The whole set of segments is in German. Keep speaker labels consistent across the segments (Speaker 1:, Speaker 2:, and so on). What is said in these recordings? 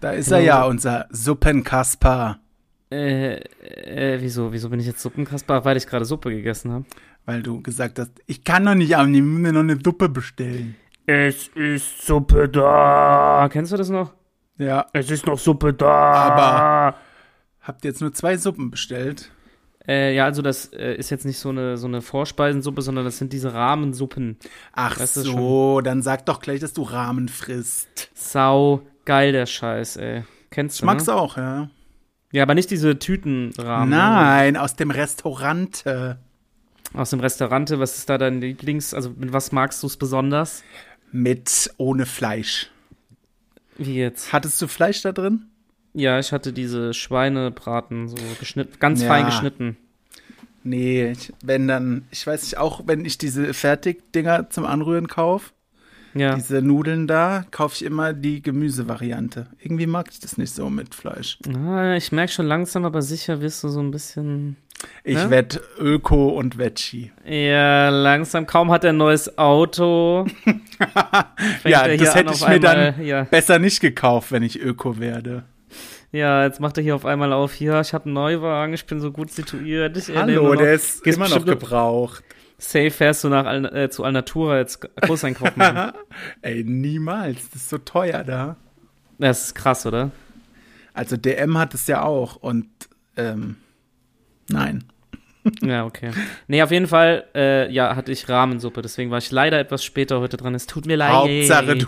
Speaker 1: Da ist er ja, unser Suppenkasper,
Speaker 2: Äh, äh, wieso? Wieso bin ich jetzt Suppenkasper? Weil ich gerade Suppe gegessen habe.
Speaker 1: weil du gesagt hast, ich kann noch nicht abnehmen, ich muss mir noch eine Suppe bestellen.
Speaker 2: Es ist Suppe da. Ah, Kennst du das noch? Ah.
Speaker 1: Ja,
Speaker 2: Es ist noch Suppe da.
Speaker 1: Aber- habt jetzt nur zwei Suppen bestellt.
Speaker 2: Äh, ja, also das äh, ist jetzt nicht so eine, so eine Vorspeisensuppe, sondern das sind diese Rahmensuppen.
Speaker 1: Ach
Speaker 2: Das ist
Speaker 1: so, dann sag doch gleich, dass du Rahmen frisst.
Speaker 2: Sau geil, der Scheiß, ey. Kennst
Speaker 1: Ich
Speaker 2: du,
Speaker 1: mag's
Speaker 2: ne?
Speaker 1: auch, ja.
Speaker 2: Ja, aber nicht diese Tütenrahmen.
Speaker 1: Nein, aus dem Restaurant. äh,
Speaker 2: Aus dem Restaurant, was ist da dein Lieblings-, also mit was magst du es besonders?
Speaker 1: Mit ohne Fleisch.
Speaker 2: Wie jetzt?
Speaker 1: Hattest du Fleisch da drin?
Speaker 2: Ja, ich hatte diese Schweinebraten so geschnitten, ganz
Speaker 1: Ja.
Speaker 2: fein geschnitten.
Speaker 1: Nee, ich, wenn dann, ich weiß nicht, auch wenn ich diese Fertigdinger zum Anrühren kaufe,
Speaker 2: Ja.
Speaker 1: diese Nudeln da, kaufe ich immer die Gemüsevariante. Irgendwie mag ich das nicht so mit Fleisch.
Speaker 2: Ah, ich merke schon langsam, aber sicher wirst du so ein bisschen.
Speaker 1: Ich
Speaker 2: Ne?
Speaker 1: werd Öko und Veggie.
Speaker 2: Ja, langsam. Kaum hat er ein neues Auto. Fängt
Speaker 1: Ja,
Speaker 2: er hier
Speaker 1: das
Speaker 2: an,
Speaker 1: hätte
Speaker 2: auf
Speaker 1: ich mir
Speaker 2: einmal-
Speaker 1: dann
Speaker 2: Ja,
Speaker 1: besser nicht gekauft, wenn ich Öko werde.
Speaker 2: ja, jetzt macht er hier auf einmal auf. Hier, ich habe einen Neuwagen, ich bin so gut situiert. Ich erlebe
Speaker 1: Hallo,
Speaker 2: noch.
Speaker 1: der ist
Speaker 2: Gehst
Speaker 1: immer noch
Speaker 2: bestimmt-
Speaker 1: gebraucht.
Speaker 2: Safe fährst du nach Al äh, zu Alnatura jetzt Großeinkauf machen.
Speaker 1: Ey, niemals. Das ist so teuer da.
Speaker 2: Das ist krass, oder?
Speaker 1: Also DM hat es ja auch und ähm, nein.
Speaker 2: Ja, okay. Nee, auf jeden Fall, äh, ja, hatte ich Rahmensuppe. Deswegen war ich leider etwas später heute dran. Es tut mir leid.
Speaker 1: Hauptsache du,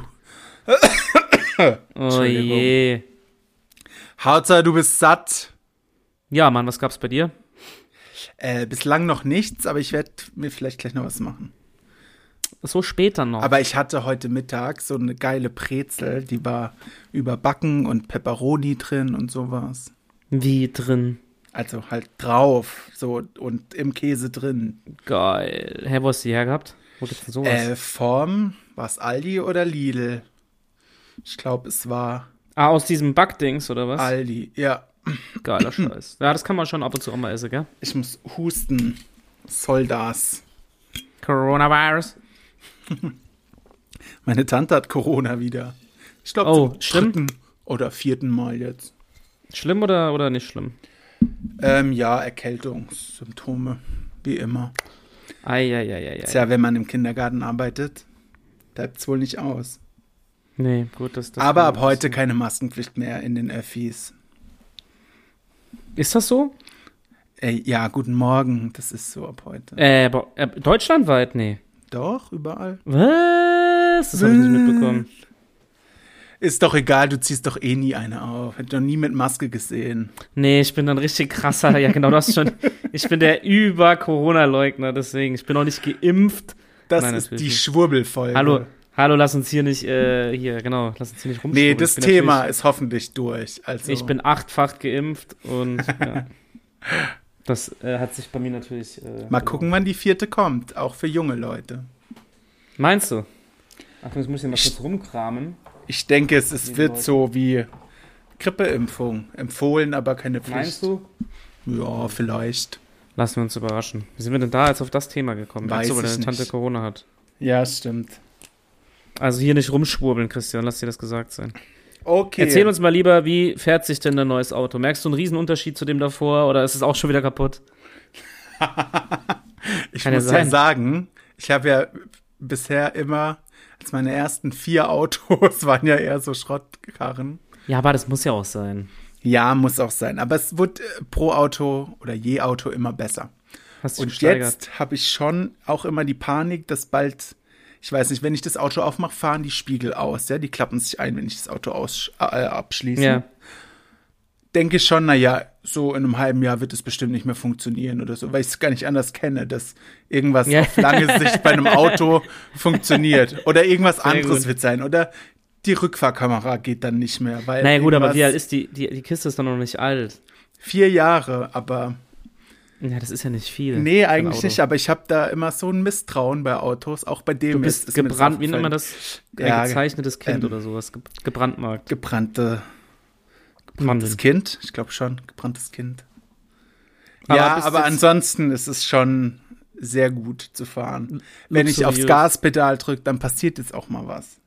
Speaker 2: Oh je.
Speaker 1: Hauptsache du bist satt.
Speaker 2: Ja, Mann, was gab's bei dir?
Speaker 1: Äh, bislang noch nichts, aber ich werde mir vielleicht gleich noch was machen.
Speaker 2: So später noch.
Speaker 1: Aber ich hatte heute Mittag so eine geile Brezel, die war überbacken und Pepperoni drin und sowas.
Speaker 2: Wie drin?
Speaker 1: Also halt drauf, so und im Käse drin.
Speaker 2: Geil. Hä, wo hast du die hergehabt? Wo gibt's denn sowas?
Speaker 1: Äh, Form, war es Aldi oder Lidl? Ich glaube, es war
Speaker 2: ah, aus diesem Backdings oder was?
Speaker 1: Aldi. Ja,
Speaker 2: Geiler Scheiß. Ja, das kann man schon ab und zu auch mal essen, gell?
Speaker 1: ich muss husten. Soll das?
Speaker 2: Coronavirus.
Speaker 1: Meine Tante hat Corona wieder. Ich glaube,
Speaker 2: Oh,
Speaker 1: zum
Speaker 2: schlimm.
Speaker 1: dritten oder vierten Mal jetzt.
Speaker 2: Schlimm oder, oder nicht schlimm?
Speaker 1: Ähm, ja, Erkältungssymptome, wie immer.
Speaker 2: Eieieiei.
Speaker 1: Tja, wenn man im Kindergarten arbeitet, bleibt's wohl nicht aus.
Speaker 2: Nee, gut, das, das
Speaker 1: Aber
Speaker 2: kann
Speaker 1: ab
Speaker 2: man
Speaker 1: heute keine Maskenpflicht mehr in den Öffis.
Speaker 2: wissen. Ist das so?
Speaker 1: Ey, ja, guten Morgen, das ist so ab heute.
Speaker 2: Äh, aber, äh, deutschlandweit? Nee.
Speaker 1: Doch, überall.
Speaker 2: Was? Das habe ich nicht mitbekommen.
Speaker 1: Ist doch egal, du ziehst doch eh nie eine auf. Hätte noch nie mit Maske gesehen.
Speaker 2: Nee, ich bin dann richtig krasser. Ja, genau, du hast schon. Ich bin der Über-Corona-Leugner, deswegen. Ich bin auch nicht geimpft.
Speaker 1: Das
Speaker 2: Nein,
Speaker 1: ist
Speaker 2: natürlich
Speaker 1: die
Speaker 2: nicht.
Speaker 1: Schwurbelfolge.
Speaker 2: Hallo, hallo, lass uns hier nicht, äh, hier, genau, lass uns hier nicht rumschwurbeln.
Speaker 1: Nee,
Speaker 2: Ich
Speaker 1: das
Speaker 2: bin natürlich-
Speaker 1: Thema ist hoffentlich durch. Also,
Speaker 2: Ich bin achtfach geimpft und ja. das äh, hat sich bei mir natürlich. Äh,
Speaker 1: Mal gucken, wann die vierte kommt, auch für junge Leute.
Speaker 2: Meinst du? Ach, jetzt muss ich mal kurz rumkramen.
Speaker 1: Ich denke, es, es
Speaker 2: Junge
Speaker 1: wird
Speaker 2: Leute.
Speaker 1: so wie Grippeimpfung. Empfohlen, aber keine Pflicht.
Speaker 2: Meinst du?
Speaker 1: Ja, vielleicht.
Speaker 2: Lassen wir uns überraschen. Wie sind wir denn da jetzt auf das Thema gekommen?
Speaker 1: Weiß
Speaker 2: Ach so, weil
Speaker 1: ich
Speaker 2: deine Tante
Speaker 1: nicht.
Speaker 2: Corona hat.
Speaker 1: Ja, stimmt.
Speaker 2: Also hier nicht rumschwurbeln, Christian, lass dir das gesagt sein.
Speaker 1: Okay.
Speaker 2: Erzähl uns mal lieber, wie fährt sich denn dein neues Auto? Merkst du einen Riesenunterschied zu dem davor oder ist es auch schon wieder kaputt?
Speaker 1: ich
Speaker 2: kann ja
Speaker 1: muss ja
Speaker 2: sein.
Speaker 1: sagen, ich habe ja bisher immer, als meine ersten vier Autos waren ja eher so Schrottkarren.
Speaker 2: Ja, aber das muss ja auch sein.
Speaker 1: Ja, muss auch sein. Aber es wurde äh, pro Auto oder je Auto immer besser.
Speaker 2: Hast dich
Speaker 1: Und
Speaker 2: gesteigert.
Speaker 1: jetzt habe ich schon auch immer die Panik, dass bald, ich weiß nicht, wenn ich das Auto aufmache, fahren die Spiegel aus, ja, die klappen sich ein, wenn ich das Auto aus, äh, abschließe.
Speaker 2: Ja.
Speaker 1: Denke ich schon, naja, so in einem halben Jahr wird es bestimmt nicht mehr funktionieren oder so, weil ich es gar nicht anders kenne, dass irgendwas
Speaker 2: Ja.
Speaker 1: auf lange Sicht bei einem Auto funktioniert. Oder irgendwas anderes
Speaker 2: gut.
Speaker 1: wird sein. Oder die Rückfahrkamera geht dann nicht mehr. Weil
Speaker 2: Naja, gut, aber
Speaker 1: irgendwas-
Speaker 2: wie alt ist die? Die, die Kiste ist doch noch nicht alt.
Speaker 1: Vier Jahre, aber
Speaker 2: Ja, das ist ja nicht viel.
Speaker 1: Nee,
Speaker 2: für ein
Speaker 1: eigentlich
Speaker 2: Auto.
Speaker 1: nicht, aber ich habe da immer so ein Misstrauen bei Autos, auch bei dem
Speaker 2: Du
Speaker 1: jetzt
Speaker 2: bist
Speaker 1: ist mir das
Speaker 2: gebrannt, wie nennt
Speaker 1: aufgefallen.
Speaker 2: man das?
Speaker 1: Ja,
Speaker 2: ein gezeichnetes Kind
Speaker 1: ähm,
Speaker 2: oder sowas. Ge gebrandmarkt.
Speaker 1: Gebrannte,
Speaker 2: Mandeln.
Speaker 1: das Kind, ich glaube schon, gebranntes Kind.
Speaker 2: Aber
Speaker 1: ja,
Speaker 2: bist
Speaker 1: aber
Speaker 2: jetzt-
Speaker 1: ansonsten ist es schon sehr gut zu fahren. Wenn ich aufs
Speaker 2: Luxuriös.
Speaker 1: Gaspedal drücke, dann passiert jetzt auch mal was.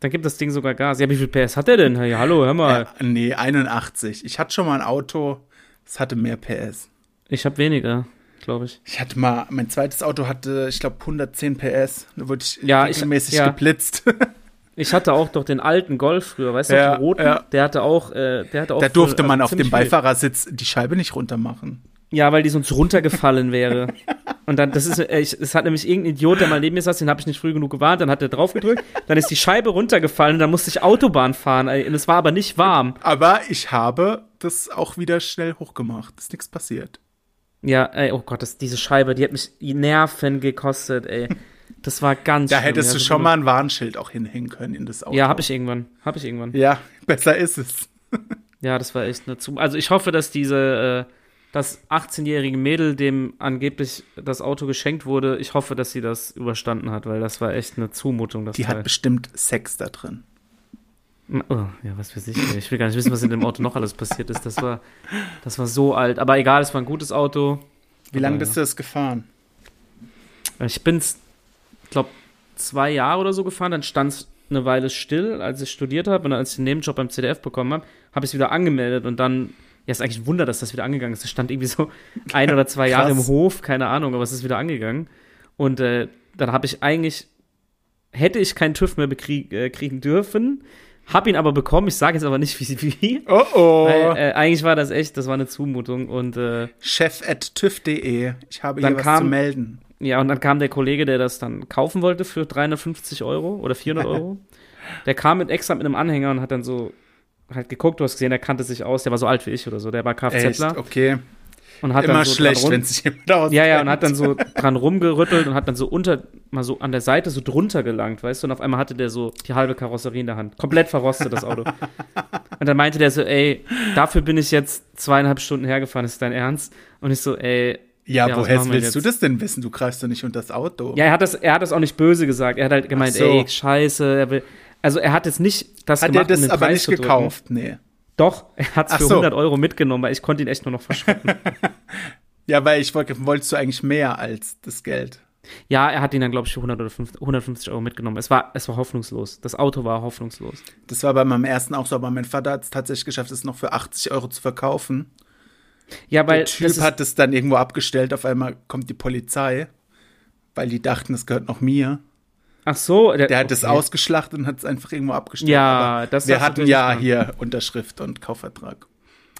Speaker 2: Dann gibt das Ding sogar Gas. Ja, wie viel PS hat der denn? Hey, hallo, hör mal.
Speaker 1: Äh, nee, 81. Ich hatte schon mal ein Auto, es hatte mehr PS.
Speaker 2: Ich habe weniger, glaube ich.
Speaker 1: Ich hatte mal, mein zweites Auto hatte, ich glaube, 110 PS. Da wurde ich
Speaker 2: Ja, ich-
Speaker 1: regelmäßig
Speaker 2: ja.
Speaker 1: geblitzt.
Speaker 2: Ich hatte auch doch den alten Golf früher, weißt du,
Speaker 1: Ja,
Speaker 2: den roten,
Speaker 1: ja.
Speaker 2: der hatte auch, äh, der hatte auch.
Speaker 1: da durfte
Speaker 2: voll-
Speaker 1: man
Speaker 2: also
Speaker 1: auf dem
Speaker 2: ziemlich viel.
Speaker 1: Beifahrersitz die Scheibe nicht runter machen.
Speaker 2: Ja, weil die sonst runtergefallen wäre. Und dann, das ist, äh, ich, es hat nämlich irgendein Idiot, der mal neben mir saß, den habe ich nicht früh genug gewarnt, dann hat er draufgedrückt, dann ist die Scheibe runtergefallen und dann musste ich Autobahn fahren. ey. Und es war aber nicht warm.
Speaker 1: Aber ich habe das auch wieder schnell hochgemacht. Ist nichts passiert.
Speaker 2: Ja, ey, oh Gott, das, diese Scheibe, die hat mich die Nerven gekostet, ey. Das war ganz
Speaker 1: Da
Speaker 2: schlimm,
Speaker 1: hättest
Speaker 2: ja,
Speaker 1: du
Speaker 2: das
Speaker 1: schon
Speaker 2: war-
Speaker 1: mal ein Warnschild auch hinhängen können in das Auto.
Speaker 2: Ja, hab ich irgendwann. Hab ich irgendwann.
Speaker 1: Ja, besser ist es.
Speaker 2: Ja, das war echt eine zu. Also ich hoffe, dass diese, äh, das 18-jährige Mädel, dem angeblich das Auto geschenkt wurde, ich hoffe, dass sie das überstanden hat, weil das war echt eine Zumutung. Das
Speaker 1: Die
Speaker 2: Teil.
Speaker 1: hat bestimmt Sex da drin.
Speaker 2: M- Oh, ja, was weiß ich. ey. Ich will gar nicht wissen, was in dem Auto noch alles passiert ist. Das war, das war so alt. Aber egal, es war ein gutes Auto.
Speaker 1: Wie lange
Speaker 2: Aber
Speaker 1: bist du das gefahren?
Speaker 2: Ich bin's, glaube zwei Jahre oder so gefahren. Dann stand's eine Weile still, als ich studiert habe und als ich den Nebenjob beim CDF bekommen habe, habe ich es wieder angemeldet und dann. Ja, ist eigentlich ein Wunder, dass das wieder angegangen ist. Es stand irgendwie so ein oder zwei Jahre im
Speaker 1: Krass.
Speaker 2: Hof, keine Ahnung, aber es ist wieder angegangen. Und äh, dann habe ich eigentlich, hätte ich keinen TÜV mehr bekrieg, äh, kriegen dürfen, habe ihn aber bekommen. Ich sage jetzt aber nicht, wie, wie.
Speaker 1: Oh oh.
Speaker 2: Weil, äh, eigentlich war das echt, das war eine Zumutung. Und äh,
Speaker 1: Chef@tüv.de. Ich habe
Speaker 2: Dann
Speaker 1: hier was
Speaker 2: kam-
Speaker 1: zu melden.
Speaker 2: ja, und dann kam der Kollege, der das dann kaufen wollte für 350 Euro oder 400 Euro. der kam mit extra mit einem Anhänger und hat dann so halt geguckt, du hast gesehen, der kannte sich aus, der war so alt wie ich oder so, der war
Speaker 1: Echt?
Speaker 2: Kfzler
Speaker 1: Okay.
Speaker 2: und hat
Speaker 1: Immer
Speaker 2: dann so
Speaker 1: schlecht,
Speaker 2: dran
Speaker 1: wenn
Speaker 2: rum,
Speaker 1: sich jemand auskennt.
Speaker 2: ja, ja, und hat dann so dran rumgerüttelt und hat dann so unter, mal so an der Seite so drunter gelangt, weißt du, und auf einmal hatte der so die halbe Karosserie in der Hand. Komplett verrostet, das Auto. und dann meinte der so, ey, dafür bin ich jetzt zweieinhalb Stunden hergefahren, ist dein Ernst? Und ich so, ey,
Speaker 1: Ja,
Speaker 2: Ja, was
Speaker 1: woher
Speaker 2: machen wir
Speaker 1: willst du
Speaker 2: jetzt?
Speaker 1: das denn wissen? Du greifst doch nicht unter das Auto.
Speaker 2: Ja, er hat das, er hat das auch nicht böse gesagt. Er hat halt gemeint,
Speaker 1: Ach so.
Speaker 2: ey, scheiße, er will. Also er hat jetzt nicht das
Speaker 1: Hat er
Speaker 2: gemacht, um
Speaker 1: das
Speaker 2: den
Speaker 1: aber
Speaker 2: Preis
Speaker 1: nicht
Speaker 2: zu drücken.
Speaker 1: gekauft? Nee.
Speaker 2: Doch, er hat es
Speaker 1: Ach
Speaker 2: für
Speaker 1: so.
Speaker 2: 100 Euro mitgenommen, weil ich konnte ihn echt nur noch verschwenden.
Speaker 1: Ja, weil ich wollte, wolltest du eigentlich mehr als das Geld?
Speaker 2: ja, er hat ihn dann, glaube ich, für 100 oder 50, 150 Euro mitgenommen. Es war, es war hoffnungslos. Das Auto war hoffnungslos.
Speaker 1: Das war bei meinem ersten auch so, aber mein Vater hat es tatsächlich geschafft, es noch für 80 Euro zu verkaufen.
Speaker 2: Ja, weil
Speaker 1: Der Typ
Speaker 2: das ist,
Speaker 1: hat es dann irgendwo abgestellt, auf einmal kommt die Polizei, weil die dachten, es gehört noch mir.
Speaker 2: ach so,
Speaker 1: Der hat es
Speaker 2: okay.
Speaker 1: ausgeschlachtet und hat es einfach irgendwo abgestellt.
Speaker 2: Ja,
Speaker 1: aber
Speaker 2: das
Speaker 1: Wir
Speaker 2: darfst du
Speaker 1: hatten
Speaker 2: natürlich
Speaker 1: ja
Speaker 2: machen.
Speaker 1: hier Unterschrift und Kaufvertrag.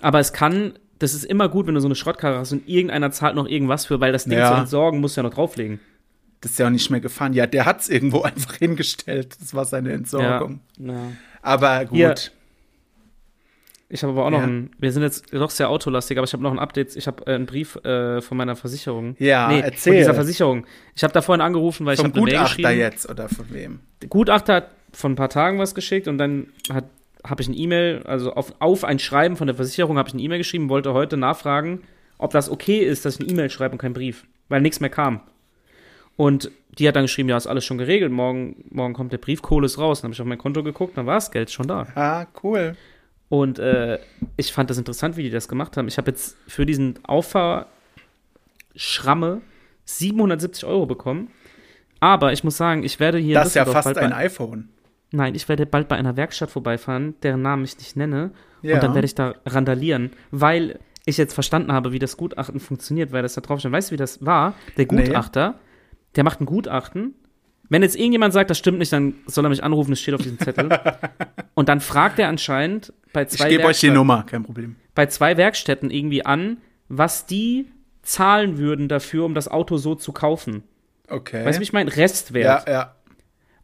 Speaker 2: Aber es kann, das ist immer gut, wenn du so eine Schrottkarre hast und irgendeiner zahlt noch irgendwas für, weil das Ding
Speaker 1: Ja.
Speaker 2: zu entsorgen muss ja noch drauflegen.
Speaker 1: Das ist ja auch nicht mehr gefahren. Ja, der hat es irgendwo einfach hingestellt. Das war seine Entsorgung.
Speaker 2: Ja. ja.
Speaker 1: Aber gut.
Speaker 2: Hier. Ich habe aber auch noch
Speaker 1: Ja.
Speaker 2: ein, wir sind jetzt doch sehr autolastig, aber ich habe noch ein Update. Ich habe äh, einen Brief äh, von meiner Versicherung.
Speaker 1: Ja, erzähl.
Speaker 2: Von dieser Versicherung. Ich habe da vorhin angerufen, weil
Speaker 1: Vom
Speaker 2: ich habe eine Mail
Speaker 1: Gutachter
Speaker 2: geschrieben.
Speaker 1: jetzt oder von wem?
Speaker 2: Der Gutachter hat vor ein paar Tagen was geschickt und dann hat habe ich ein E-Mail, also auf, auf ein Schreiben von der Versicherung habe ich eine E-Mail geschrieben, wollte heute nachfragen, ob das okay ist, dass ich eine E-Mail schreibe und keinen Brief, weil nichts mehr kam. Und die hat dann geschrieben, ja, ist alles schon geregelt, morgen, morgen kommt der Brief, Kohle ist raus. Dann habe ich auf mein Konto geguckt, dann war das Geld schon da.
Speaker 1: Ah, cool.
Speaker 2: Und äh, ich fand das interessant, wie die das gemacht haben. Ich habe jetzt für diesen Auffahrschramme 770 Euro bekommen. Aber ich muss sagen, ich werde hier. in
Speaker 1: das ist ja
Speaker 2: Düsseldorf
Speaker 1: fast
Speaker 2: bald
Speaker 1: ein
Speaker 2: bei,
Speaker 1: iPhone.
Speaker 2: Nein, ich werde bald bei einer Werkstatt vorbeifahren, deren Namen ich nicht nenne.
Speaker 1: Ja.
Speaker 2: Und dann werde ich da randalieren, weil ich jetzt verstanden habe, wie das Gutachten funktioniert, weil das da drauf stand. Weißt du, wie das war? Der
Speaker 1: Nee.
Speaker 2: Gutachter, der macht ein Gutachten. Wenn jetzt irgendjemand sagt, das stimmt nicht, dann soll er mich anrufen, das steht auf diesem Zettel. Und dann fragt er anscheinend bei
Speaker 1: Ich
Speaker 2: zwei
Speaker 1: gebe euch die
Speaker 2: Werkstätten-
Speaker 1: Nummer, kein Problem.
Speaker 2: bei zwei Werkstätten irgendwie an, was die zahlen würden dafür, um das Auto so zu kaufen.
Speaker 1: Okay.
Speaker 2: Weißt du, wie ich meine? Restwert.
Speaker 1: ja, ja.